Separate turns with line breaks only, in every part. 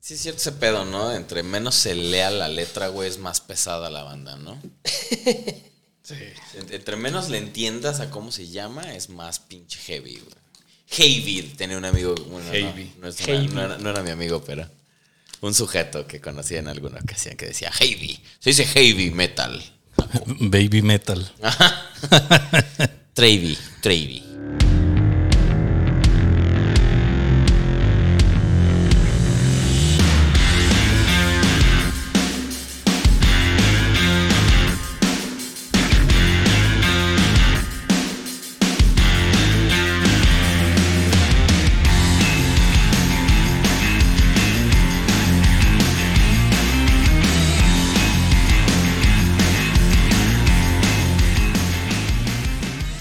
Sí, es cierto ese pedo, ¿no? Entre menos se lea la letra, güey, es más pesada la banda, ¿no?
Sí.
Ent- Entre menos le entiendas a cómo se llama, es más pinche heavy, güey. Heavy, tenía un amigo. bueno, no,
Heavy.
No, es-
Heavy.
no era, no era mi amigo, pero. Un sujeto que conocía en alguna ocasión que decía heavy. Se dice heavy metal.
Baby metal.
Ajá. Travy, Travy.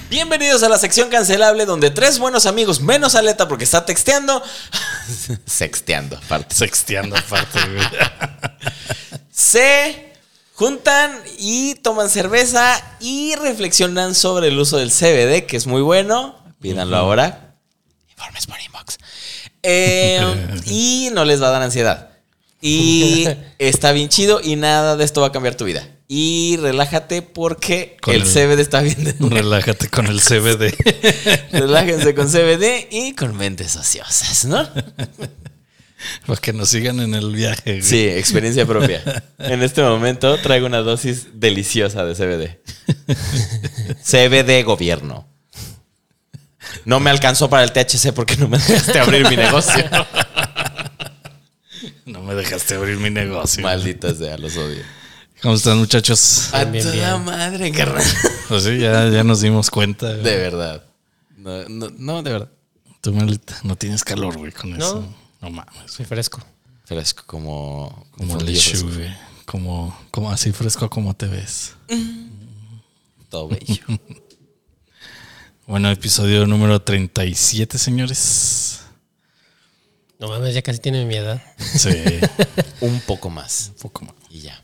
Bienvenidos a la sección cancelable donde tres buenos amigos, menos Aleta porque está texteando. Sexteando, aparte.
Sexteando aparte, güey.
Se juntan y toman cerveza y reflexionan sobre el uso del CBD, que es muy bueno. Pídanlo ahora. Informes por inbox. Eh, y no les va a dar ansiedad. Y está bien chido y nada de esto va a cambiar tu vida. Y relájate porque
Con
el,
el-
CBD está bien de
Relájate con el CBD.
Relájense con CBD y con mentes ociosas, ¿no?
Para que nos sigan en el viaje, güey.
Sí, experiencia propia. En este momento traigo una dosis deliciosa de CBD. CBD gobierno. No me alcanzó para el THC porque no me dejaste abrir mi negocio.
No me dejaste abrir mi negocio.
Malditas de a los odio.
¿Cómo están, muchachos?
A
bien,
toda
bien.
madre, carnal.
Pues sí, ya, ya nos dimos cuenta. güey.
De verdad. No, no, no, de verdad.
Tú, Malita, no tienes calor, güey, con eso. No mames.
Soy fresco.
Pero es como...
Como
un
el
libro,
issue, güey. Como, como así fresco como te ves.
Todo bello.
Bueno, episodio número 37, señores.
No mames, ya casi tiene mi edad.
Sí,
Un poco más.
un poco más.
Y ya.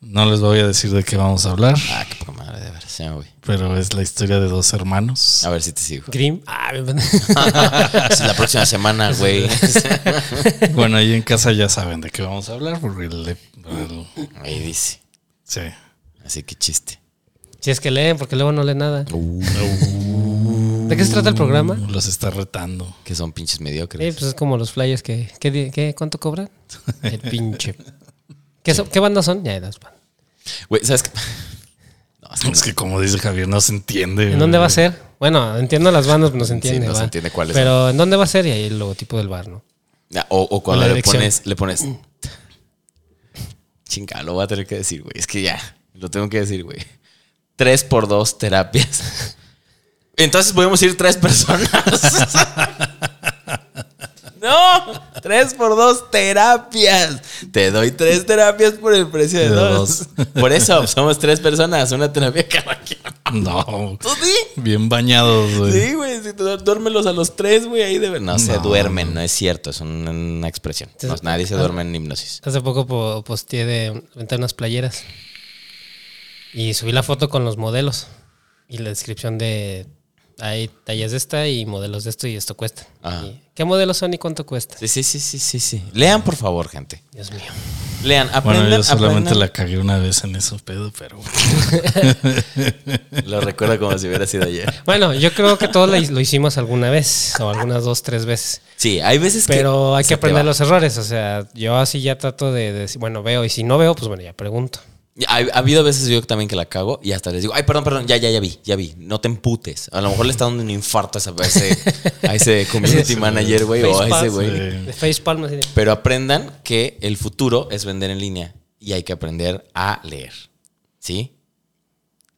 No les voy a decir de qué vamos a hablar,
Ah, qué poca madre, de verdad. Se me voy.
pero es la historia de dos hermanos.
A ver si te sigo.
Grim. Ah, me-
Es la próxima semana, güey.
Bueno, ahí en casa ya saben de qué vamos a hablar, porque el- el-
Ahí dice.
sí.
Así que chiste.
si es que leen, porque luego no leen nada. ¿De qué se trata el programa?
Uh,
Los está retando.
Que son pinches
Eh,
mediocres.
pues es como los flyers que. ¿qué, di- qué, ¿Cuánto cobran? El pinche. ¿Qué, son- ¿Qué bandas son? Ya, las van.
Güey, ¿sabes qué? No, es que no,
Es que como dice Javier, no se entiende.
¿En dónde va a
güey.
ser? Bueno, entiendo las bandas, no se entiende.
no se
va.
Eh, entiende cuáles
Pero ¿en dónde va a ser? Y ahí el logotipo del bar, ¿no?
Ah, O, o cuando
La
le
erección.
pones, le pones. Chinga, lo voy a tener que decir, güey. Es que ya, lo tengo que decir, güey. Tres por dos terapias. Entonces podemos ir tres personas. no, tres por dos terapias. Te doy tres terapias por el precio de
De
dos. Por eso somos tres personas, una terapia cada quien.
No.
¿Tú sí?
Bien bañados, güey.
Sí, güey, si te du- duérmelos a los tres, güey, ahí de ver- No, se
No,
duermen, no es cierto, es un- una expresión. No,
Entonces-
nadie se duerme en hipnosis.
Hace poco po- posteé de vender unas playeras. Y subí la foto con los modelos. Y la descripción de. Hay tallas de esta y modelos de esto y esto cuesta.
Ajá.
Y, ¿Qué modelos son y cuánto cuesta?
Sí, sí, sí, sí, sí, sí. Lean, por favor, gente.
Dios mío.
Lean, aprendan,
Bueno, yo solamente
aprendan.
la cagué una vez en eso, pedo, pero
Lo recuerdo como si hubiera sido ayer.
Bueno, yo creo que todos la- lo hicimos alguna vez, o algunas dos, tres veces.
Sí, hay veces que...
Pero hay
se
que
te
aprender
va.
los errores. O sea, yo así ya trato de, de decir, bueno, veo. Y si no veo, pues bueno, ya pregunto.
Ha, ha habido veces yo también que la cago y hasta les digo, ay, perdón, perdón, ya, ya, ya vi, ya vi, no te emputes. A lo mejor le está dando un infarto a esa- a ese, a ese community manager, güey, o a
Facepalm,
oh, ese güey.
Sí.
De facepalm, así de-
Pero aprendan que el futuro es vender en línea y hay que aprender a leer. ¿Sí?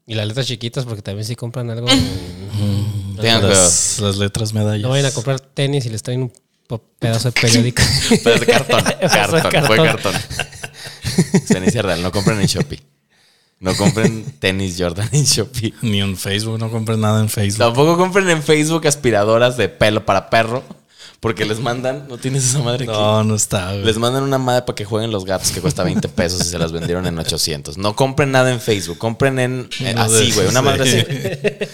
Y las letras chiquitas, porque también si compran algo.
Tengan cuidado.
las, las letras medallas.
No vayan a comprar tenis y les traen un po- pedazo de periódico.
Pero es de cartón.
Pedazo de
cartón, Fue cartón. Experiencia real. No compren en Shopee. No compren tenis Jordan en Shopee.
Ni en Facebook, no compren nada en Facebook.
Tampoco compren en Facebook aspiradoras de pelo para perro. Porque les mandan, no tienes esa madre aquí.
No, no está, güey.
Les mandan una madre para que jueguen los gatos que cuesta 20 pesos y se las vendieron en 800. No compren nada en Facebook, compren en eh,
No,
así,
de-
güey, una madre
sí.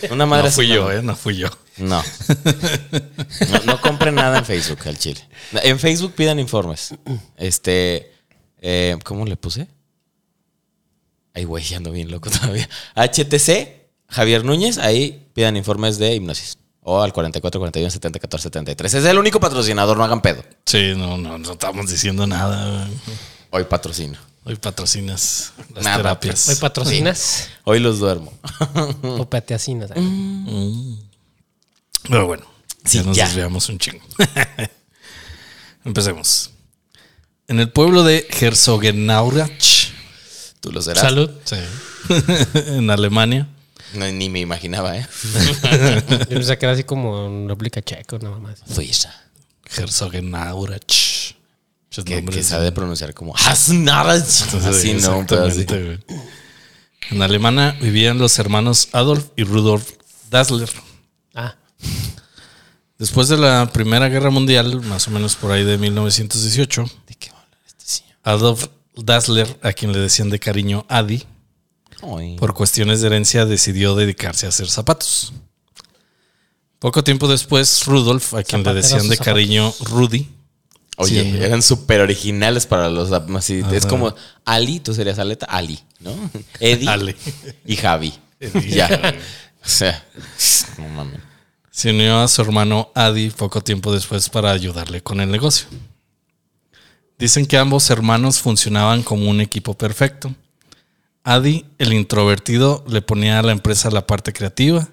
así. Una madre
No
así.
fui
no,
yo,
güey.
eh, no fui yo.
No. No, no compren nada en Facebook al chile. En Facebook pidan informes. Este. eh, ¿Cómo le puse? Ay, güey, ya ando bien loco todavía. HTC, Javier Núñez, ahí pidan informes de hipnosis. O al 44, 41, 70, 14, 73. Es el único patrocinador, no hagan pedo.
Sí, no, no, no estamos diciendo nada. güey.
Hoy patrocino.
Hoy patrocinas las
Nada,
terapias.
Hoy patrocinas
Hoy los duermo.
o pateacinas.
Mm.
Pero bueno,
Sí,
ya nos
ya.
desviamos un chingo. Empecemos. En el pueblo de Herzogenaurach,
Tú lo serás.
Salud.
sí, en Alemania,
No, ni me imaginaba, ¿eh?
Yo pensé que era así como un réplica checo, nada más.
Suiza.
Herzogenaurach. Muchos
Que, que
nombres.
sabe pronunciar como Hasnarach.
Entonces,
Así no, pero así.
exactamente, güey. En Alemania vivían los hermanos Adolf y Rudolf Dassler.
Ah,
Después de la Primera Guerra Mundial, más o menos por ahí de 1918,
¿De qué va a hablar este señor?
Adolf Dassler, a quien le decían de cariño Adi,
Ay.
por cuestiones de herencia decidió dedicarse a hacer zapatos. Poco tiempo después, Rudolf, a quien le
Zapateros
decían
o
de
zapatos.
cariño Rudy,
Oye,
Sí, ¿no?
eran súper originales para los así, Es
Ajá.
como Ali, tú serías Aleta, Ali, ¿no? Eddie
Ale,
y Javi. ya. O sea, no mames.
se unió a su hermano Adi poco tiempo después para ayudarle con el negocio. Dicen que ambos hermanos funcionaban como un equipo perfecto. Adi, el introvertido, le ponía a la empresa la parte creativa.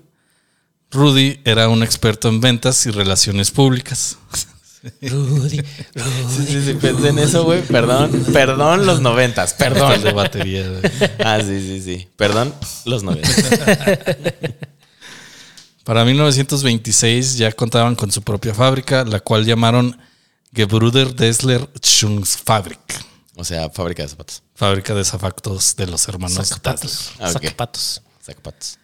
Rudy era un experto en ventas y relaciones públicas.
Sí, sí, sí, pensé en eso, güey. Perdón, perdón los noventas,
El
perdón.
de batería. güey.
Ah, sí, sí, sí. Perdón los noventas.
Para 1926 ya contaban con su propia fábrica, la cual llamaron Gebruder Dessler Schungsfabrik,
O sea, fábrica de zapatos.
fábrica de zapatos de los hermanos Dessler.
Ah, ok.
zapatos.
Zapatos.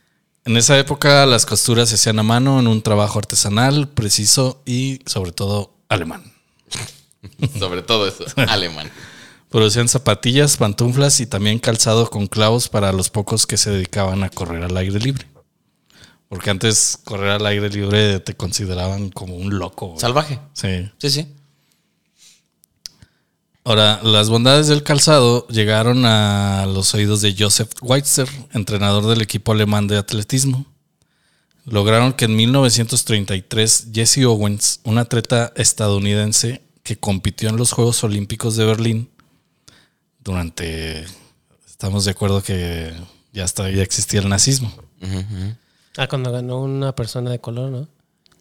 En esa época las costuras se hacían a mano en un trabajo artesanal, preciso y sobre todo alemán.
Sobre todo eso, alemán.
Producían zapatillas, pantuflas y también calzado con clavos para los pocos que se dedicaban a correr al aire libre. Porque antes correr al aire libre te consideraban como un loco. güey.
Salvaje.
Sí.
Sí, sí.
Ahora, las bondades del calzado llegaron a los oídos de Joseph Weitzer, entrenador del equipo alemán de atletismo. Lograron que en 1933 Jesse Owens, un atleta estadounidense que compitió en los Juegos Olímpicos de Berlín, durante, estamos de acuerdo que ya, está, ya existía el nazismo,
Ah, cuando ganó una persona de color, ¿no?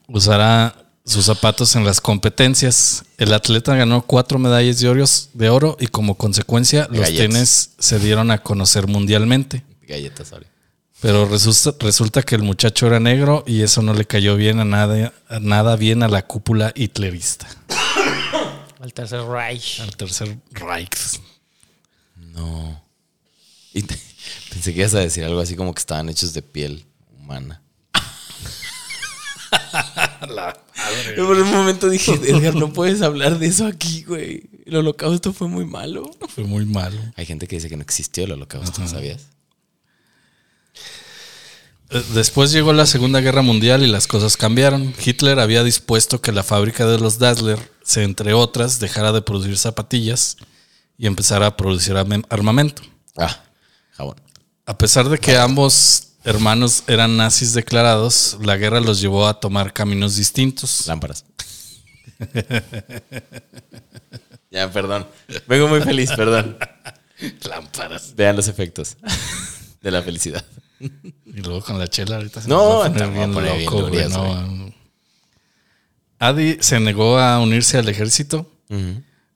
usara sus zapatos en las competencias. El atleta ganó cuatro medallas de oro, de oro y como consecuencia los
Galletas.
tenis se dieron a conocer mundialmente.
Galletas, sorry.
Pero resulta, resulta que el muchacho era negro y eso no le cayó bien a nada, a nada bien a la cúpula hitlerista.
Al tercer Reich.
Al tercer Reich.
No. Y te- pensé que ibas a decir algo así como que estaban hechos de piel humana. Yo Por un momento dije, Edgar, no puedes hablar de eso aquí, güey. El holocausto fue muy malo.
Fue muy malo.
Hay gente que dice que no existió el holocausto, ¿sabías?
Eh, Después llegó la Segunda Guerra Mundial y las cosas cambiaron. Hitler había dispuesto que la fábrica de los Dassler, se, entre otras, dejara de producir zapatillas y empezara a producir arme- armamento.
Ah, jabón.
A pesar de que ambos hermanos eran nazis declarados, la guerra los llevó a tomar caminos distintos.
Lámparas. ya, perdón. Vengo muy feliz, perdón.
Lámparas.
Vean los efectos de la felicidad.
Y luego con la chela ahorita se
No,
nos va a
te
poner
voy a
bien
poner bien
loco, güey,
glorioso,
no. Adi se negó a unirse al ejército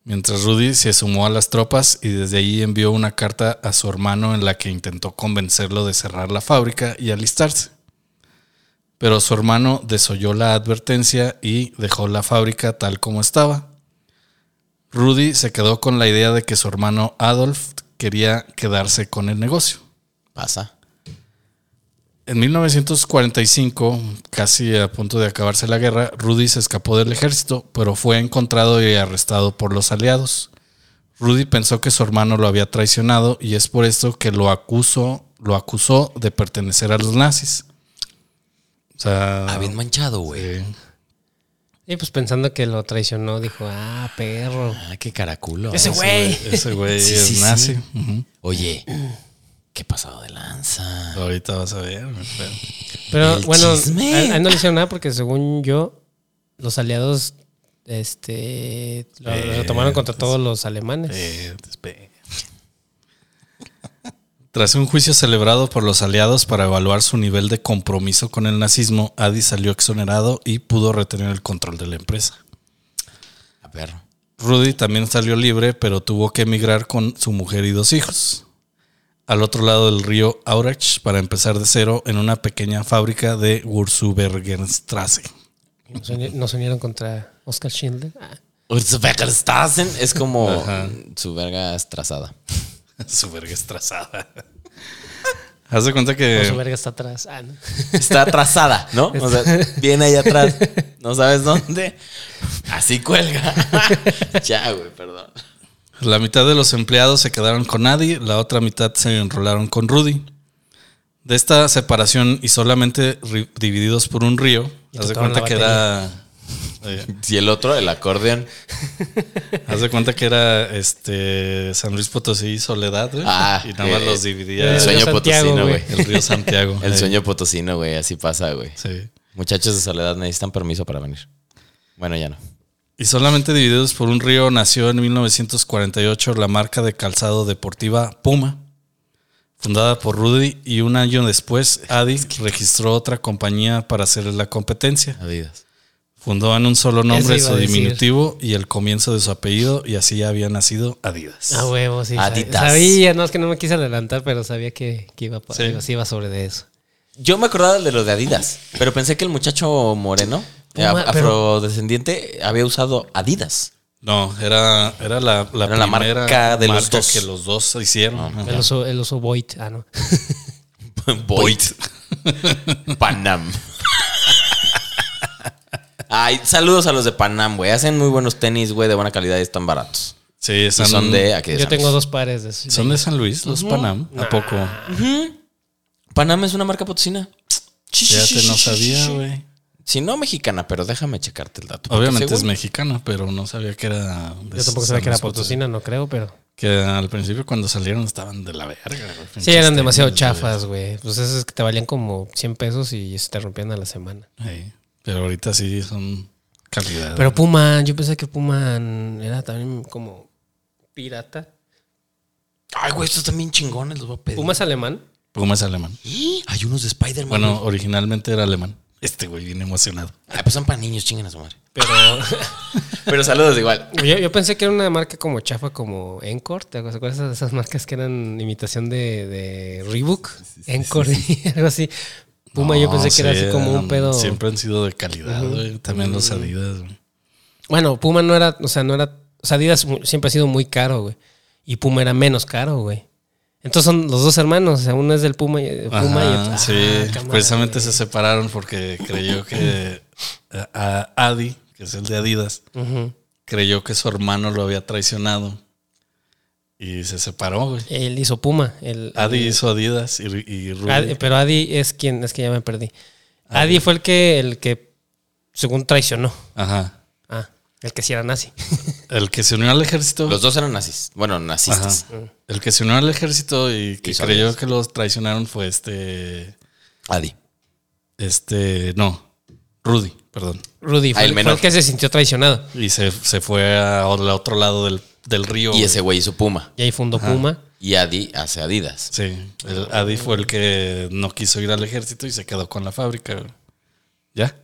Mientras Rudy se sumó a las tropas y desde ahí envió una carta a su hermano en la que intentó convencerlo de cerrar la fábrica y alistarse. Pero su hermano desoyó la advertencia y dejó la fábrica tal como estaba. Rudy se quedó con la idea de que su hermano Adolf quería quedarse con el negocio.
Pasa.
En 1945, casi a punto de acabarse la guerra, Rudy se escapó del ejército, pero fue encontrado y arrestado por los aliados. Rudy pensó que su hermano lo había traicionado y es por esto que lo acusó, lo acusó de pertenecer a los nazis. O sea,
Ah, bien manchado, güey.
sí.
Y pues pensando que lo traicionó, dijo, ah, perro.
Ah, qué caraculo.
Ese güey.
Ese güey
Sí,
es
sí, sí.
nazi. Ujú.
Oye, qué pasado de lanza.
Ahorita vas a ver. mi perro.
Pero
El
bueno,
chisme.
a, a él no le hicieron nada porque según yo, los aliados este lo, lo tomaron
Eh,
contra todos los alemanes.
Espérate, espérate. Tras un juicio celebrado por los aliados para evaluar su nivel de compromiso con el nazismo, Adi salió exonerado y pudo retener el control de la empresa.
A perro.
Rudy también salió libre, pero tuvo que emigrar con su mujer y dos hijos. Al otro lado del río Aurach para empezar de cero en una pequeña fábrica de Wurzubergenstrasse.
Nos, uni- nos unieron contra Oscar Schindler. Ah,
Urzbekerstraßen es como su verga estrazada.
su verga estrazada. Haz de cuenta
no, su
que
verga está atrás. Ah, no.
Está atrasada, ¿no? O sea, viene ahí atrás. No sabes dónde. Así cuelga. ya, güey, perdón.
La mitad de los empleados se quedaron con Adi, la otra mitad se enrolaron con Rudy. De esta separación y solamente ri- divididos por un río,
Y
haz de
tocaban la
cuenta que era. eh,
Y el otro, el acordeón.
haz de cuenta que era este San Luis Potosí y Soledad, güey,
Ah,
y nada más
eh,
los dividía
el
el,
sueño
Santiago,
potosino,
güey.
güey.
río Santiago.
El
Eh,
sueño potosino, güey. Así pasa, güey.
sí.
Muchachos de soledad necesitan permiso para venir. Bueno, ya no.
Y solamente divididos por un río nació en 1948 la marca de calzado deportiva Puma, fundada por Rudy y un año después Adi registró otra compañía para hacerle la competencia.
Adidas.
Fundó en un solo nombre
Eso iba
su
a decir.
diminutivo y el comienzo de su apellido y así había nacido Adidas.
Ah, huevo, sí. sab-
Adidas.
Sabía, no, es que no me quise adelantar, pero sabía que, que iba, por-
Sí.
iba- sí iba sobre de eso.
Yo me acordaba de lo de Adidas, pero pensé que el muchacho moreno,
Puma,
af-
pero-
afrodescendiente, había usado Adidas.
No, era, era la, la
Era la
primera
marca de los dos. Ah,
que los dos hicieron. Ajá.
El oso, el oso Voight. Ah, no.
Boyd. Panam. Ay, saludos a los de Panam, güey. Hacen muy buenos tenis, güey, de buena calidad y están baratos.
Sí,
Y
son,
son de aquí de
Yo
San Luis.
tengo dos pares de esos.
son de San Luis, los Panam. ¿A poco?
Panam es una marca potosina.
Fíjate, no sabía, güey.
Si no mexicana, pero déjame checarte el dato. porque
Obviamente es
según-
mexicana, pero no sabía que era. de
Yo tampoco
San
sabía que era
Luis Potosí.
potosina, no creo, pero.
Que al principio cuando salieron estaban de la verga. güey,
Sí,
pinches
eran demasiado
tenis, güey.
chafas, güey. Pues esos que te valían como 100 pesos y se te rompían a la semana.
Sí, Pero ahorita sí son calidad.
Pero Puma, yo pensé que Puma era también como pirata.
Ay, güey, estos también chingones, los voy a pedir.
Puma es alemán.
Puma es alemán.
¡Ih! Hay unos de Spider-Man.
Bueno,
güey.
originalmente era alemán. Este güey bien emocionado.
Ay, pues son para niños, chinguen a su madre.
Pero
Pero saludos igual.
yo, yo pensé que era una marca como chafa, como Encore. ¿Te acuerdas acuerdas de esas marcas que eran imitación de, de Reebok? Encore y algo así. Puma,
No,
yo pensé que era
sí,
así como un
eran-
pedo.
Siempre han sido de calidad, güey. También los Adidas, güey.
Bueno, Puma no era, o sea, no era, o sea, Adidas mu- siempre ha sido muy caro, güey. Y Puma era menos caro, güey. Entonces son los dos hermanos, o sea, uno es del Puma y eh, Puma y
Ajá,
otro-
sí,
Ah, cámara,
precisamente
güey.
se separaron porque creyó que eh, a, a Adi, que es el de Adidas,
Ujú.
creyó que su hermano lo había traicionado y se separó, güey.
Él hizo Puma, el
Adi hizo Adidas y, y Rudy.
Eh, Adi- pero Adi es quien, es que ya me perdí. Adi fue el que el que según traicionó.
Ajá.
Ah, el que sí era nazi.
El que se unió al ejército.
Los dos eran nazis. Bueno, nazistas.
Ajá. El que se unió al ejército y que
Hizo
creyó
Adidas.
que los traicionaron fue este.
Adi.
Este. No. Rudy, perdón.
Rudy fue
Ah, el
el, fue
menor.
el que se sintió traicionado.
Y se, se fue a- al otro lado del, del río.
Y ese güey hizo Puma.
Y ahí fundó Puma.
Y Adi hace Adidas.
Sí. El Adi fue el que no quiso ir al ejército y se quedó con la fábrica. güey. ¿Ya?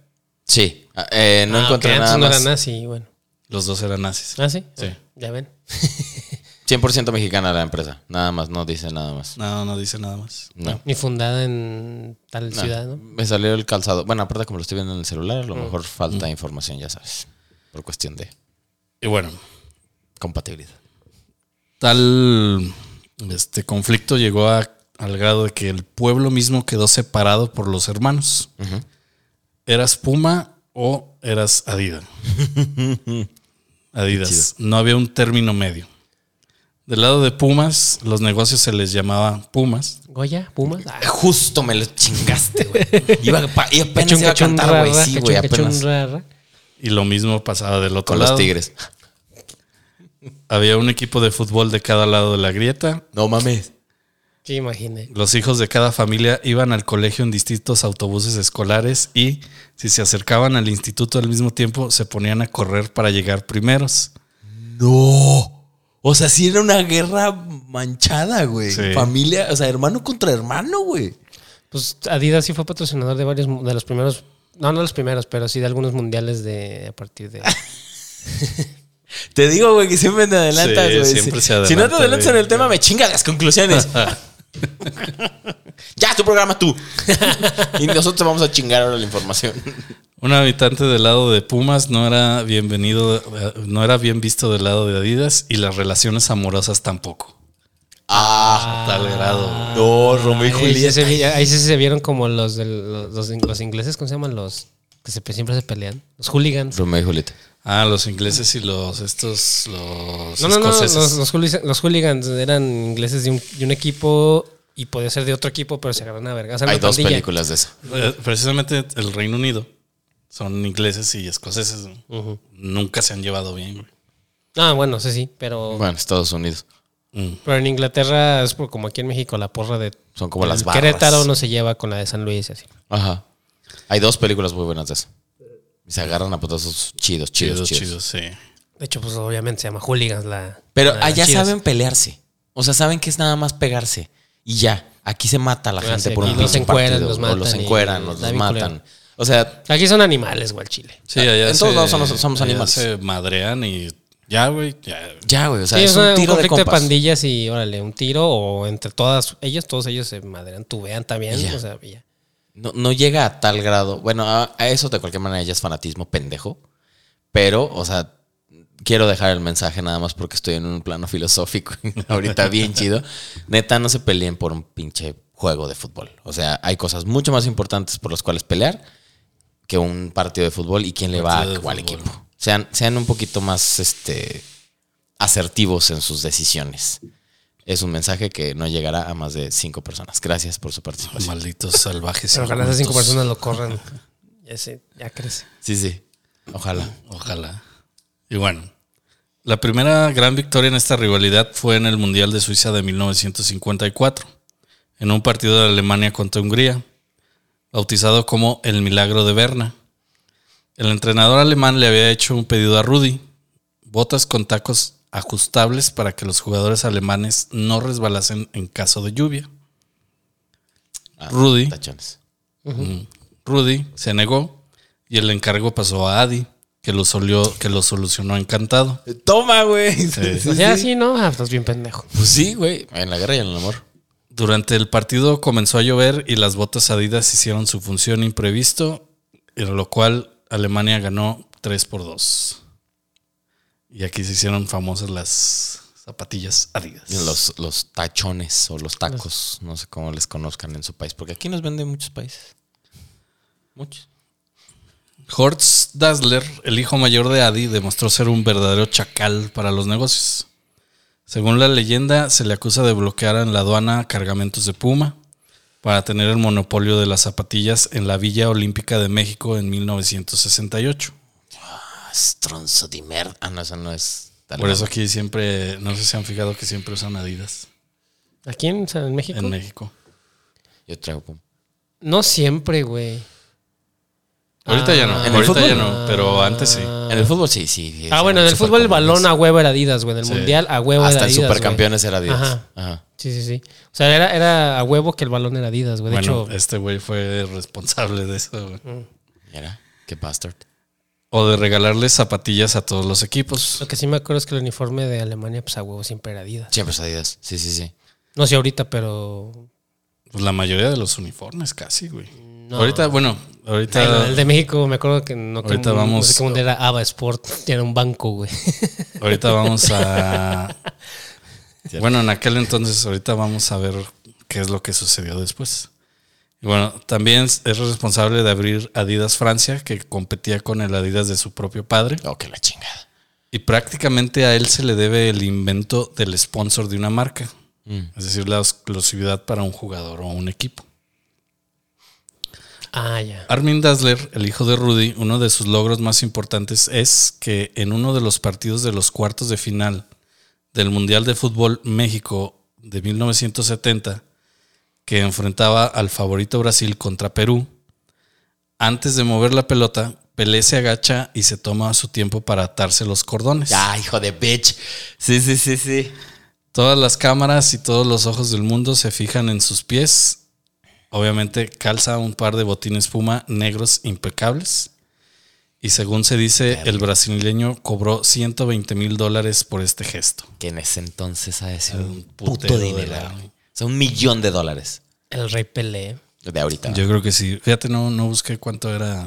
Sí. Ah, eh, no
Ah,
encontré
ok, antes
nada
no
más.
era nazi, bueno.
Los dos eran nazis.
¿Ah, sí?
Sí.
Ya ven.
100% mexicana la empresa. Nada más, no dice nada más.
No, no dice nada más.
No.
Ni fundada en tal Ah, ciudad, ¿no? Mm.
Me salió el calzado. Bueno, aparte como lo estoy viendo en el celular, a lo mejor falta información, ya sabes. Por cuestión de
Y bueno,
compatibilidad.
tal este conflicto llegó a, al grado de que el pueblo mismo quedó separado por los hermanos. ¿Eras Puma o eras Adidas? Adidas. No había un término medio. Del lado de Pumas, los negocios se les llamaba Pumas.
Goya, Pumas. Ah,
Justo me lo chingaste, güey. Iba pa- y apenas
cachun,
iba a
cachun,
cantar, güey.
ra, ra,
Sí, güey,
cachun, cachun,
apenas.
ra, ra.
Y lo mismo pasaba del otro
Con
lado.
los tigres.
Había un equipo de fútbol de cada lado de la grieta.
No mames.
Sí, imaginé.
Los hijos de cada familia iban al colegio en distintos autobuses escolares y, si se acercaban al instituto al mismo tiempo, se ponían a correr para llegar primeros.
No. O sea, sí era una guerra manchada, güey.
Sí.
Familia, o sea, hermano contra hermano, güey.
Pues Adidas sí fue patrocinador de varios mu- de los primeros, no, no los primeros, pero sí de algunos mundiales de a partir de
Te digo, güey, que siempre te adelantas,
Sí,
güey.
siempre
Si-
se
si no te
adelanta,
adelantas en
güey.
el tema, me chingas las conclusiones.
Ah.
ya, tu programa tú. y nosotros vamos a chingar ahora la información.
Un habitante del lado de Pumas no era bienvenido, eh, no era bien visto del lado de Adidas y las relaciones amorosas tampoco.
Ah,
A tal grado.
no, Oh, Romeo
Ah,
y
ahí, sí
Julieta.
se, vi- ahí sí se vieron como los, del- los, los in- los ingleses, ¿cómo se llaman? Los que se- siempre se pelean. Los hooligans.
Romeo y Julieta.
Ah, los ingleses y los estos los
No, no, no. Los,
escoceses.
los hooli- los hooligans eran ingleses de un, de un equipo y podía ser de otro equipo, pero se agarran a vergas. Eran
Hay
una
dos
pandilla.
películas de eso.
Eh, Precisamente el Reino Unido son ingleses y escoceses. ¿no? Nunca se han llevado bien. güey.
Ah, bueno, sí, sí, pero,
Oh.
Bueno, Estados Unidos.
Mm,
pero en Inglaterra es por- como aquí en México, la porra de
Son como
del
las barras.
Querétaro no se lleva con la de San Luis y así.
Ajá. Hay dos películas muy buenas de eso. Y se agarran a potazos chidos, chidos,
Chidos,
chidos.
chidos, sí.
De hecho, pues obviamente se llama hooligans la.
Pero
la de las
allá
chivas.
saben pelearse. O sea, saben que es nada más pegarse. Y ya. Aquí se mata a la
Ah,
gente
sí,
por un
aquí los
pinche
encueran,
partido.
los
o los
matan y-
encueran, los,
está
los
bien
matan. O sea,
Aquí son animales, güey, al chile.
Sí, allá
En todos
se-
lados somos- somos
allá
animales.
Se madrean y ya, güey. ya.
ya, güey. O sea,
sí,
es un tiro de
conflicto de,
compas.
pandillas y órale, un tiro o entre todas ellos, todos ellos se maderan, tubean también.
Y ya.
O sea, y ya.
no, no llega a tal grado. Bueno, a, a eso de cualquier manera ya es fanatismo pendejo. Pero, o sea, quiero dejar el mensaje nada más porque estoy en un plano filosófico ahorita bien chido. Neta, no se peleen por un pinche juego de fútbol. O sea, hay cosas mucho más importantes por las cuales pelear que un partido de fútbol y quién le va
Partido
a
de
cuál
fútbol.
equipo. Sean, sean un poquito más este, asertivos en sus decisiones. Es un mensaje que no llegará a más de cinco personas. Gracias por su participación.
Malditos salvajes.
Pero ojalá esas cinco
incultos.
personas lo corran. Ya, se- ya crece.
Sí, sí. Ojalá.
Ojalá. Y bueno, la primera gran victoria en esta rivalidad fue en el Mundial de Suiza de 1954, en un partido de Alemania contra Hungría, bautizado como el Milagro de Berna. El entrenador alemán le había hecho un pedido a Rudy, botas con tacos ajustables para que los jugadores alemanes no resbalasen en caso de lluvia.
Ah,
Rudy.
Tachones.
Rudy se negó y el encargo pasó a Adi, que lo, solió- que lo solucionó encantado. Eh,
Toma, güey.
O sea, sí, ¿no? Ah, estás bien pendejo.
Pues sí, güey. En la guerra y en el amor.
Durante el partido comenzó a llover y las botas Adidas hicieron su función imprevisto, en lo cual Alemania ganó 3 por 2. Y aquí se hicieron famosas las zapatillas Adidas.
Los, los tachones o los tacos. No sé cómo les conozcan en su país. Porque aquí nos venden muchos países. Muchos.
Horst Dassler, el hijo mayor de Adi, demostró ser un verdadero chacal para los negocios. Según la leyenda, se le acusa de bloquear en la aduana cargamentos de Puma para tener el monopolio de las zapatillas en la Villa Olímpica de México en 1968.
Ah, Stronzo de merda. Ah, no, esa no es. tal
Por
vez.
eso aquí siempre, no sé si han fijado que siempre usan Adidas
Aquí en, San- en México.
en México.
Yo traigo pum.
no siempre, güey.
Ahorita ya no,
Ah, ¿en el
ahorita ya
fútbol?
no, pero antes sí.
En el fútbol sí, sí.
Ah, bueno, en el fútbol el balón a huevo era Adidas, güey. En el
Sí.
mundial a huevo
Hasta
era
el
Adidas. güey.
supercampeones era Adidas. Ajá.
Ajá. Sí, sí, sí. O sea, era, era a huevo que el balón era Adidas, güey. De
eh.
Bueno,
hecho, mm.
este güey fue responsable de eso. güey.
Mira, qué bastard.
O de regalarles zapatillas a todos los equipos.
lo que sí me acuerdo es que el uniforme de Alemania, pues a huevo siempre era Adidas.
Siempre es Adidas. Sí, sí, sí.
No sé ahorita, pero.
Pues la mayoría de los uniformes, casi, güey.
No.
Ahorita, bueno, ahorita,
el de México, me acuerdo que no, que-
Ahorita
no
vamos-
sé qué mundo era Ava Sport, era un banco, güey.
ahorita vamos a. bueno, en aquel entonces, ahorita vamos a ver qué es lo que sucedió después. Y bueno, también es responsable de abrir Adidas Francia, que competía con el Adidas de su propio padre.
Oh, que la chingada.
Y prácticamente a él se le debe el invento del sponsor de una marca,
Mm.
es decir, la exclusividad para un jugador o un equipo.
Ah, ya.
Armin Dassler, el hijo de Rudy, uno de sus logros más importantes es que en uno de los partidos de los cuartos de final del Mundial de Fútbol México de 1970, que enfrentaba al favorito Brasil contra Perú, antes de mover la pelota, Pelé se agacha y se toma su tiempo para atarse los cordones.
Ya, hijo de bitch. Sí, sí, sí, sí.
Todas las cámaras y todos los ojos del mundo se fijan en sus pies. Obviamente calza un par de botines puma negros impecables. Y según se dice, el brasileño cobró 120 mil dólares por este gesto.
Que en ese entonces ha de ser
Era
un
un
puto
putero de
dinero.
lana,
güey.
güey.
O sea, un millón de dólares.
El rey Pelé.
De ahorita.
Yo creo que sí. Fíjate, no, no busqué cuánto era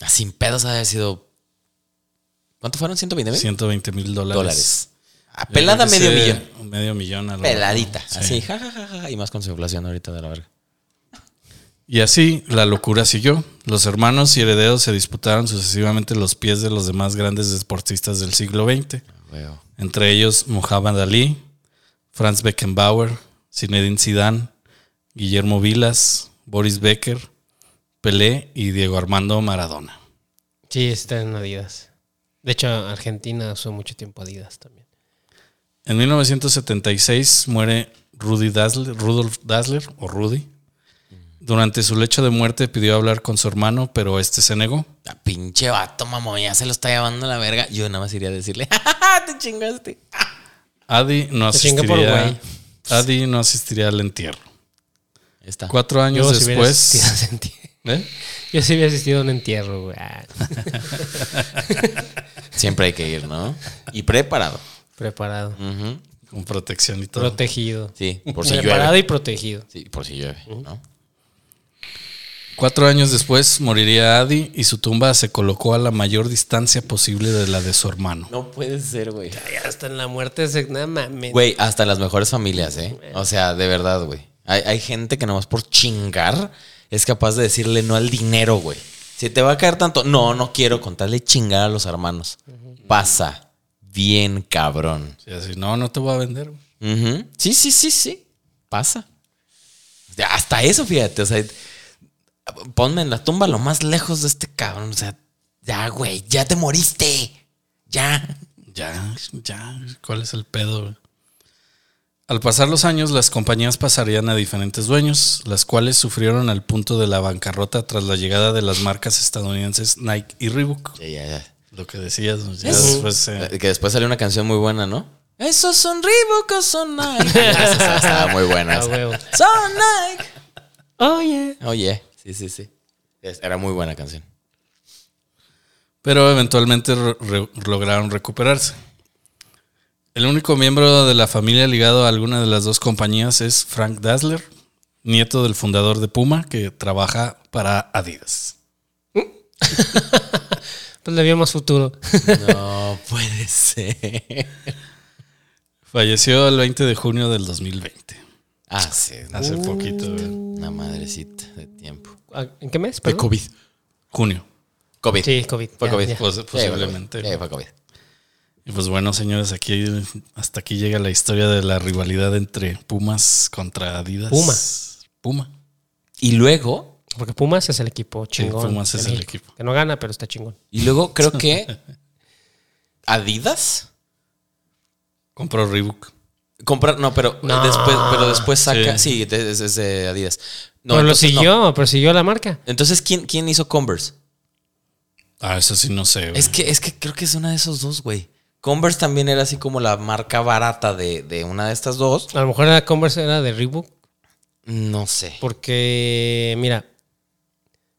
Ah, Sin pedos ha de haber sido. ¿Cuánto fueron? ¿120 mil?
120 mil dólares.
¿Eh? dólares.
Yo
Apelada
creo que
medio
sí,
millón.
Medio millón. a lo-
Peladita.
sí.
Así, ja, ja, ja, ja, Y más con su inflación ahorita de la verga.
Y así la locura siguió. Los hermanos y herederos se disputaron sucesivamente los pies de los demás grandes deportistas del siglo XX,
Veo.
entre ellos Muhammad Ali, Franz Beckenbauer, Zinedine Zidane, Guillermo Vilas, Boris Becker, Pelé y Diego Armando Maradona.
Sí, está en Adidas. De hecho, Argentina usó mucho tiempo Adidas también.
En 1976 muere Rudy Dassler, Rudolf Dassler o Rudy. Durante su lecho de muerte pidió hablar con su hermano, pero este se negó.
La pinche vato, mamón, ya se lo está llevando la verga. Yo nada más iría a decirle, ¡Ja, ja, ja, te chingaste.
Adi no
Se chinga por
asistiría.
güey.
Adi no asistiría al entierro.
Ahí Está.
Cuatro años
Yo sí hubiera asistido a
después.
ese entierro.
¿Eh?
Yo sí había asistido a un entierro, güey. Ah,
Siempre hay que ir, ¿no? Y preparado.
preparado.
Ujú.
Con protección y todo.
Protegido.
Sí, por si
preparado
llueve.
y protegido.
Sí, por si llueve, ¿no?
Cuatro años después moriría Adi y su tumba se colocó a la mayor distancia posible de la de su hermano.
No puede ser, güey.
Ay, hasta en la muerte se. Nada mames.
Güey, hasta las mejores familias, ¿eh? O sea, de verdad, güey. Hay, hay gente que nomás por chingar es capaz de decirle no al dinero, güey. Si te va a caer tanto, no, no quiero contarle chingar a los hermanos. Pasa. Bien cabrón.
Y así, no, no te voy a vender. güey".
Ujú. Sí, sí, sí, sí. Pasa. Ya, Hasta eso, fíjate. O sea, ponme en la tumba lo más lejos de este cabrón. O sea, ya, güey, ya te moriste. Ya.
Ya, ya, ¿cuál es el pedo? güey? Al pasar los años, las compañías pasarían a diferentes dueños, las cuales sufrieron al punto de la bancarrota tras la llegada de las marcas estadounidenses Nike y Reebok.
Ya, ya, ya.
Lo que decías, ya
Es-
después, eh,
Eh, Que después salió una canción muy buena, ¿no? Esos son Reebok o son Nike. Esa esa estaba muy buena.
Ah,
esa.
huevo.
Son Nike.
Oye.
Oye, sí, sí, sí. Es- Era muy buena canción.
pero eventualmente re- re- lograron recuperarse. El único miembro de la familia ligado a alguna de las dos compañías es Frank Dassler, nieto del fundador de Puma, que trabaja para Adidas.
Pues le vimos futuro.
No puede ser.
Falleció el 20 de junio del 2020,
Ah, sí.
hace poquito, güey.
Una madrecita de tiempo.
Ah, ¿En qué mes? perdón?
COVID.
junio.
COVID.
Sí, COVID.
Fue
Ya,
COVID.
ya.
Pos-
Sí,
posiblemente.
fue COVID. Sí, fue COVID.
Y pues bueno, señores, aquí hasta aquí llega la historia de la rivalidad entre Pumas contra Adidas.
Puma.
Puma.
Y luego,
Porque Pumas es el equipo chingón.
Pumas
de
es el
México,
equipo.
Que no gana, pero está chingón.
y luego creo que Adidas
Compró Reebok.
comprar, no, pero
No.
después, pero después saca, sí,
Sí.
de- es, es de Adidas. No,
pero lo
entonces no.
siguió, pero siguió la marca.
Entonces, ¿quién, quién hizo Converse?
Ah, eso sí no sé. güey.
Es que, es que creo que es una de esos dos, güey. Converse también era así como la marca barata de, de una de estas dos.
A lo mejor la Converse era de Reebok.
No sé.
Porque, mira,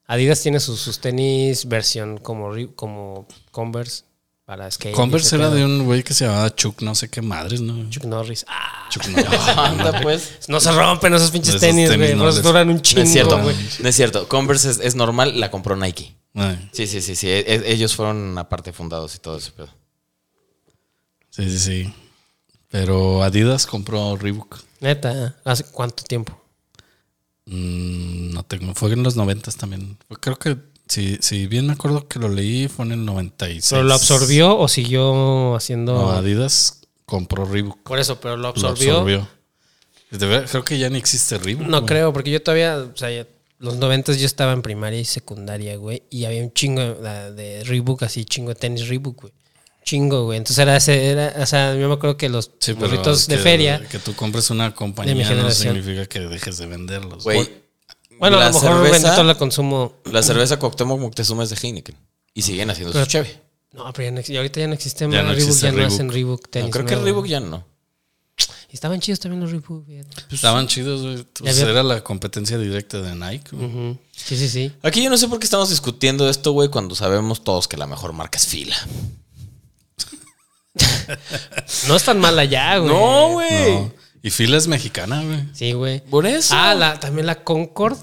Adidas tiene sus, sus tenis versión como, Re- como Converse para skate.
Converse era de un güey que se llamaba Chuck, no sé qué madres, ¿no?
Chuck Norris. Ah,
Chuck Norris.
Anda, pues.
no se rompen esos pinches
Esos
tenis,
tenis
güey.
no
por eso
les-
duran un
No
chingo,
es cierto,
güey.
no es cierto. Converse es, es normal, la compró Nike.
Ay,
Sí, sí, sí, sí. E- e- ellos fueron aparte fundados y todo eso, pero.
sí, sí, sí. Pero Adidas compró Reebok.
Neta, ¿hace cuánto tiempo?
Mm, no tengo. Fue en los 90 también. Creo que, si, si bien me acuerdo que lo leí, fue en el 96.
¿Pero lo absorbió o siguió haciendo...?
No, Adidas compró Reebok.
Por eso, pero lo
Lo
absorbió.
absorbió. De verdad, creo que ya ni existe Reebok.
No
güey.
creo, porque yo todavía, o sea, ya- los noventas yo estaba en primaria y secundaria, güey, y había un chingo de, de Reebok, así chingo de tenis Reebok, güey. Chingo, güey. Entonces era ese, era, o sea, yo me acuerdo que los
Sí, pero
burritos
es
de
que-
feria.
Que tú compres una compañía
De mi
no
generación.
significa que dejes de venderlos.
Güey.
Bueno, a
la
lo mejor
cerveza,
bendito la consumo.
la cerveza Cuauhtémoc Moctezuma es de Heineken. Y siguen haciendo su
Pero-
cheve.
No, pero ya no, ex- y ahorita ya no existe
Ya no
Reebok,
existe
ya no
Reebok.
hacen Reebok tenis.
No, creo que
nuevo.
Reebok ya no.
Y estaban chidos también los Reebok. fíjate.
Estaban chidos, güey. Pues
había-
era la competencia directa de Nike. güey.
Ujú. Sí, sí, sí.
Aquí yo no sé por qué estamos discutiendo esto, güey, cuando sabemos todos que la mejor marca es fila.
No es tan mala ya, güey.
No, güey.
No. Y fila es mexicana, güey.
Sí, güey.
Por eso.
Ah, la, también la Concord.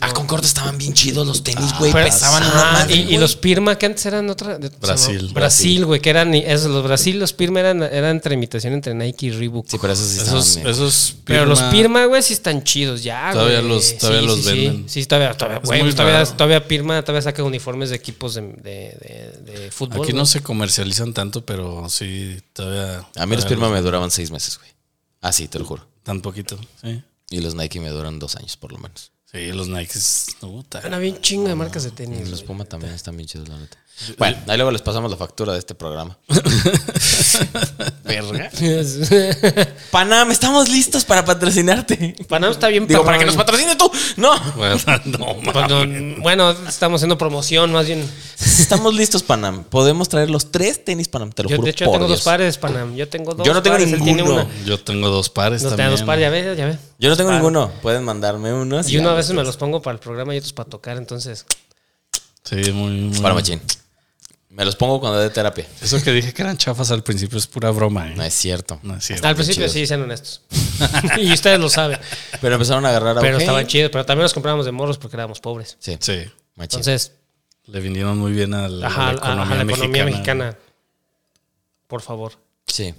A Concord ah, estaban bien chidos los tenis, güey.
Pero-
pesaban
ah,
una madre,
y, y
güey.
los Pirma, que antes eran otra. de-
Brasil.
se llamaba-
Brasil.
Brasil, güey, que eran. esos, los Brasil, los Pirma eran, eran entre imitación entre Nike y Reebok.
Sí, pero esos sí estaban
Esos,
bien.
esos
pero los
Pirma-
Pirma, güey, sí están chidos ya,
Todavía
güey.
los- todavía los venden.
Sí, todavía, todavía,
Es
güey,
muy
todavía,
raro.
todavía Pirma todavía saca uniformes de equipos de, de- de- de fútbol.
Aquí
güey.
no se comercializan tanto, pero sí, todavía.
A mí Ah, los
todavía
Pirma me duraban seis meses, güey. Ah, sí, te lo juro.
Tan poquito, sí.
Y los Nike me duran dos años, por lo menos.
Sí, los Nikes. no, puta.
Era bien chingo de marcas de tenis.
Y los
güey.
Puma también están bien chidos, la neta. Bueno, ahí luego les pasamos la factura de este programa. Verga. Panam, estamos listos para patrocinarte.
Panam está bien
Digo, para
perrón.
que nos patrocine tú. No.
Bueno, no, mames.
Pues Cuando- Bueno, estamos haciendo promoción, más bien.
Estamos listos, Panam. Podemos traer los tres tenis Panam, te lo
Yo,
juro.
de hecho, yo
por
tengo
Dios.
dos pares, Panam. Yo tengo dos.
Yo no tengo
pares, él tiene
ninguno.
una.
Yo tengo dos pares
No
también.
tengo dos pares, ya ves, ya ves.
Yo no tengo
Par.
ninguno. Pueden mandarme unos.
Y uno
ya.
a veces me los pongo para el programa y otros para tocar, entonces.
Sí, muy, muy-
Para machín. Me los pongo cuando dé terapia.
Eso que dije que eran chafas al principio es pura broma, ¿eh?
No es cierto.
No es cierto.
Al principio
chidos.
sí, sean honestos. y ustedes lo saben.
Pero empezaron a agarrar a
Pero estaban chidos, pero también los comprábamos de morros porque éramos pobres.
Sí.
Sí.
machín.
Entonces,
Le vinieron muy bien a la,
ajá,
a
ajá,
la economía, mexicana.
mexicana. Por favor.
Sí.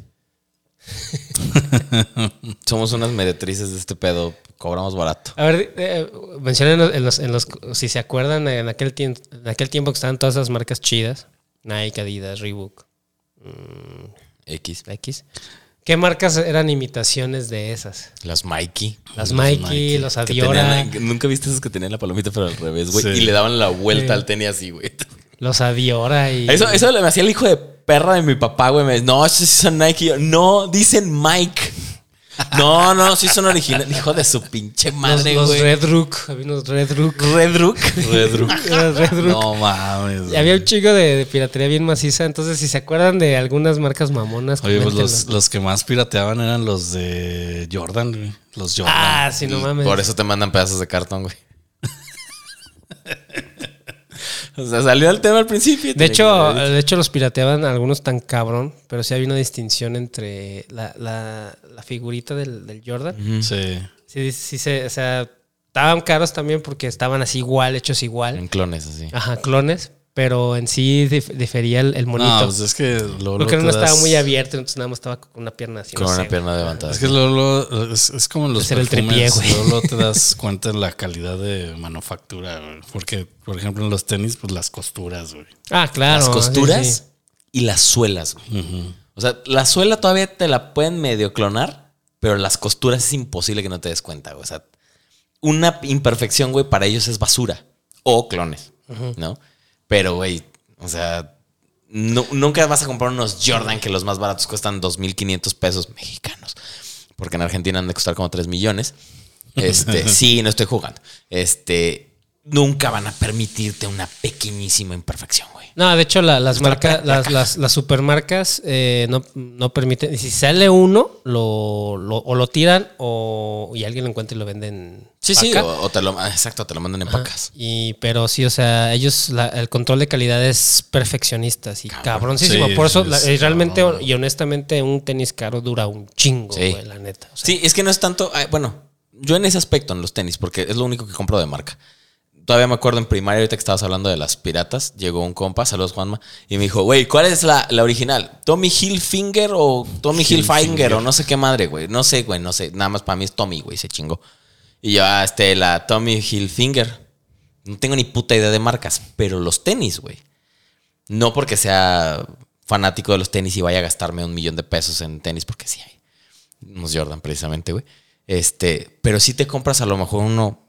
Somos unas meretrices de este pedo. Cobramos barato.
A ver, eh, mencionen en los, en los- si se acuerdan, en aquel, tiempo en aquel tiempo que estaban todas esas marcas chidas, Nike, Adidas, Reebok,
X.
X. ¿Qué marcas eran imitaciones de esas?
Las Mikey.
Las Mikey,
Nike,
los
Que
Adiora,
tenían- Nunca viste esos que tenían la palomita, pero al revés, güey.
Sí.
Y le daban la vuelta al tenis así, güey.
los Adiora y...
Eso, eso le- me hacía el hijo de perra de mi papá, güey. Me decía, no, sí son Nike. Y yo, no, dicen Mike. No, no, sí son originales. Hijo de su pinche madre,
los, los
güey.
Red Rook, había unos Red Rook.
Redruck.
Redruck.
Era Red Rook.
No mames.
Y había un chico de, de piratería bien maciza, entonces si se acuerdan de algunas marcas mamonas...
Oye, pues
coméntenlo.
los, los que más pirateaban eran los de Jordan, güey. Los Jordan.
Ah, sí, no mames.
Por eso te mandan pedazos de cartón, güey. O sea, salió el tema al principio.
De
Tenía
hecho,
que-
de hecho, los pirateaban algunos tan cabrón, pero sí había una distinción entre la, la- la figurita del, del Jordan.
Sí.
Sí, sí, se, o sea, estaban caros también porque estaban así igual, hechos igual.
en clones, así.
Ajá, clones, pero en sí dif- difería el, el monito.
No, pues es que luego.
Porque
luego
uno
te
estaba
das-
muy abierto, entonces nada más estaba con una pierna así.
con
no
una
sé.
pierna levantada.
Es que luego, luego, es, es como los
Hacer el
perfumes,
tripié, güey.
luego, luego te das cuenta de la calidad de manufactura, güey. Porque, por ejemplo, en los tenis, pues las costuras, güey.
Ah, claro.
las
sí,
costuras
sí.
y las suelas, güey. O sea, la suela todavía te la pueden medio clonar, pero las costuras es imposible que no te des cuenta, güey. O sea, una imperfección, güey, para ellos es basura. O clones, ¿no? Pero, güey, o sea, no- nunca vas a comprar unos Jordan que los más baratos cuestan 2.500 pesos mexicanos. Porque en Argentina han de costar como 3 millones. Este, sí, no estoy jugando. Este, nunca van a permitirte una pequeñísima imperfección, güey.
No, de hecho, la- las marcas, las, las, las supermarcas eh, no, no permiten. y Si sale uno, lo, lo- o lo tiran o y alguien lo encuentra y lo venden.
Sí, sí, o, o te lo, ah, exacto, te lo mandan en pacas.
Y, pero sí, o sea, ellos, la- el control de calidad es perfeccionista, y cabroncísimo.
Sí,
Por eso,
es-
la- eh, realmente
cabrón.
y honestamente, un tenis caro dura un chingo,
Sí.
güey, la neta. O sea,
Sí, es que no es tanto, ah, bueno, yo en ese aspecto en los tenis, porque es lo único que compro de marca. todavía me acuerdo en primaria, ahorita que estabas hablando de las piratas, llegó un compa, saludos Juanma, y me dijo, güey, ¿cuál es la, la original? ¿Tommy Hilfinger o Tommy Hilfinger, o no sé qué madre, güey? No sé, güey, no sé. Nada más para mí es Tommy, güey, se chingó. Y yo, ah, este, la Tommy Hilfinger. No tengo ni puta idea de marcas, pero los tenis, güey. No porque sea fanático de los tenis y vaya a gastarme un millón de pesos en tenis, porque sí hay. Unos Jordan, precisamente, güey. Este, pero si te compras a lo mejor uno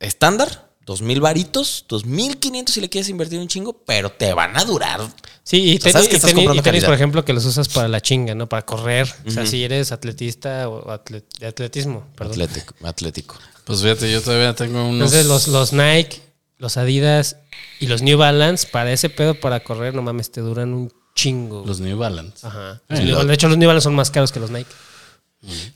estándar, dos mil varitos, dos mil quinientos si le quieres invertir un chingo, pero te van a durar.
Sí, y
O sea,
tenis,
sabes que
y
estás
tenis-
comprando
y tenis,
calidad.
por ejemplo, que los usas para la chinga, ¿no? Para correr. O sea, si eres atletista o atle- de atletismo, perdón.
Atlético, atlético.
Pues fíjate, yo todavía tengo unos.
Entonces, los, los Nike, los Adidas y los New Balance, para ese pedo, para correr, no mames, te duran un chingo. güey.
los New Balance.
Ajá.
Eh,
Los New
lo-
Balance- de hecho, los New Balance son más caros que los Nike.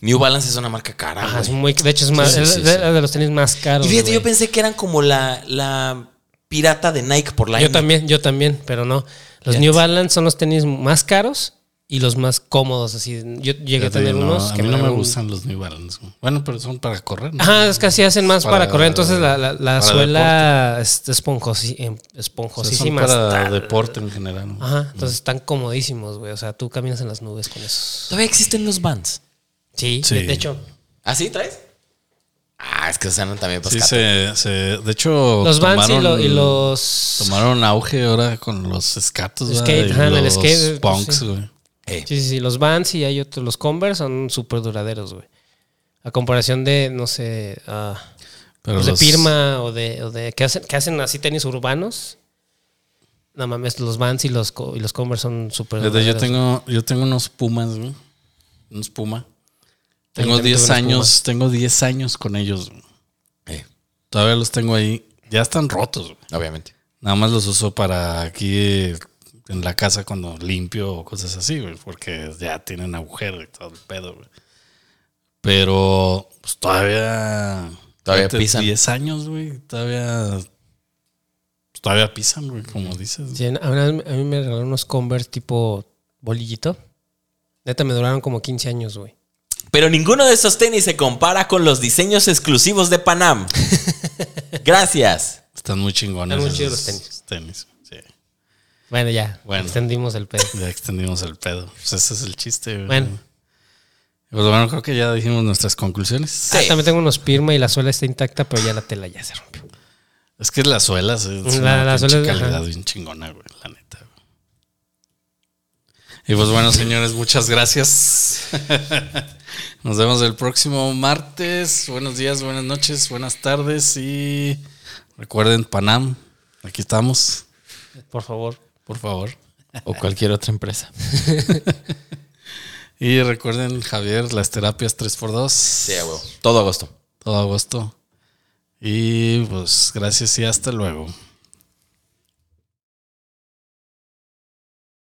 New Balance es una marca
Ah,
cara.
Ajá,
güey.
son muy, de hecho, es, más,
Sí, sí,
es
sí,
de,
sí.
de los tenis más caros.
Y fíjate,
güey.
yo pensé que eran como la, la pirata de Nike por la
Yo también, yo también, pero no. Los
Fíjate.
New Balance son los tenis más caros y los más cómodos. Así, yo llegué a
Fíjate,
tener
no,
unos
a
que
mí no me
duraron-
gustan los New Balance. güey. Bueno, pero son para correr. ¿no?
Ajá, es que así hacen más para,
Para-
correr. Entonces la, la- la
para
suela es esponjosi- em-
O sea, son
esponjosísima.
para deporte en general. güey.
Ajá, entonces están comodísimos, güey. O sea, tú caminas en las nubes con esos.
Todavía existen los Vans.
Sí,
Sí.
De, de hecho.
¿Ah, sí, traes? Ah, es que se andan también
Sí,
pasando.
se, se- de hecho,
Los Vans y, lo-
tomaron-
y los...
Tomaron auge ahora con los escatos, ¿verdad?
Skate,
Y
ajá, el
los
skate, pues,
punks,
sí.
güey.
Sí, sí, sí, los Vans y hay otros. Los Converse son súper duraderos, güey. A comparación de, no sé, ah,
Pero
los de
los-
Pirma o de, o de que hacen, que hacen así tenis urbanos. No mames, los Vans y los, co- y los Converse son súper
Fíjate, yo
duraderos.
tengo, yo tengo unos Pumas, güey. Unos Puma. Tengo
también
10
tuve unos
años, tengo 10 años con ellos. güey.
Eh,
Todavía los tengo ahí. Ya están rotos, güey.
obviamente.
Nada más los uso para aquí eh, en la casa cuando limpio o cosas así, güey, porque ya tienen agujero y todo el pedo, güey. Pero pues todavía.
Todavía
fíjate,
pisan.
10 años, güey. Todavía. pues, todavía pisan, güey, como dices.
Sí, a, una vez- a mí me regalaron unos Converse tipo bolillito. Neta, me duraron como 15 años, güey.
Pero ninguno de esos tenis se compara con los diseños exclusivos de Panam. Gracias.
Están muy chingones.
Están muy chidos
esos
los
tenis, sí.
Bueno, ya.
Bueno.
Extendimos el pedo.
Ya extendimos el pedo. Pues ese es el chiste, güey.
Bueno.
Pues bueno, creo que ya dijimos nuestras conclusiones.
Ah,
Sí.
también tengo unos Pirma y la suela está intacta, pero ya la tela ya se rompió.
Es que las suelas es
La-
una
las
pinche
suelas, ajá.
calidad bien chingona, güey, la neta. güey. Y pues bueno, señores, muchas gracias. Nos vemos el próximo martes. Buenos días, buenas noches, buenas tardes y recuerden Panam, aquí estamos,
Por favor.
por favor.
O cualquier otra empresa.
Y recuerden Javier, las terapias 3x2. Sí,
a huevo. Todo agosto.
Todo agosto. Y pues gracias y hasta luego.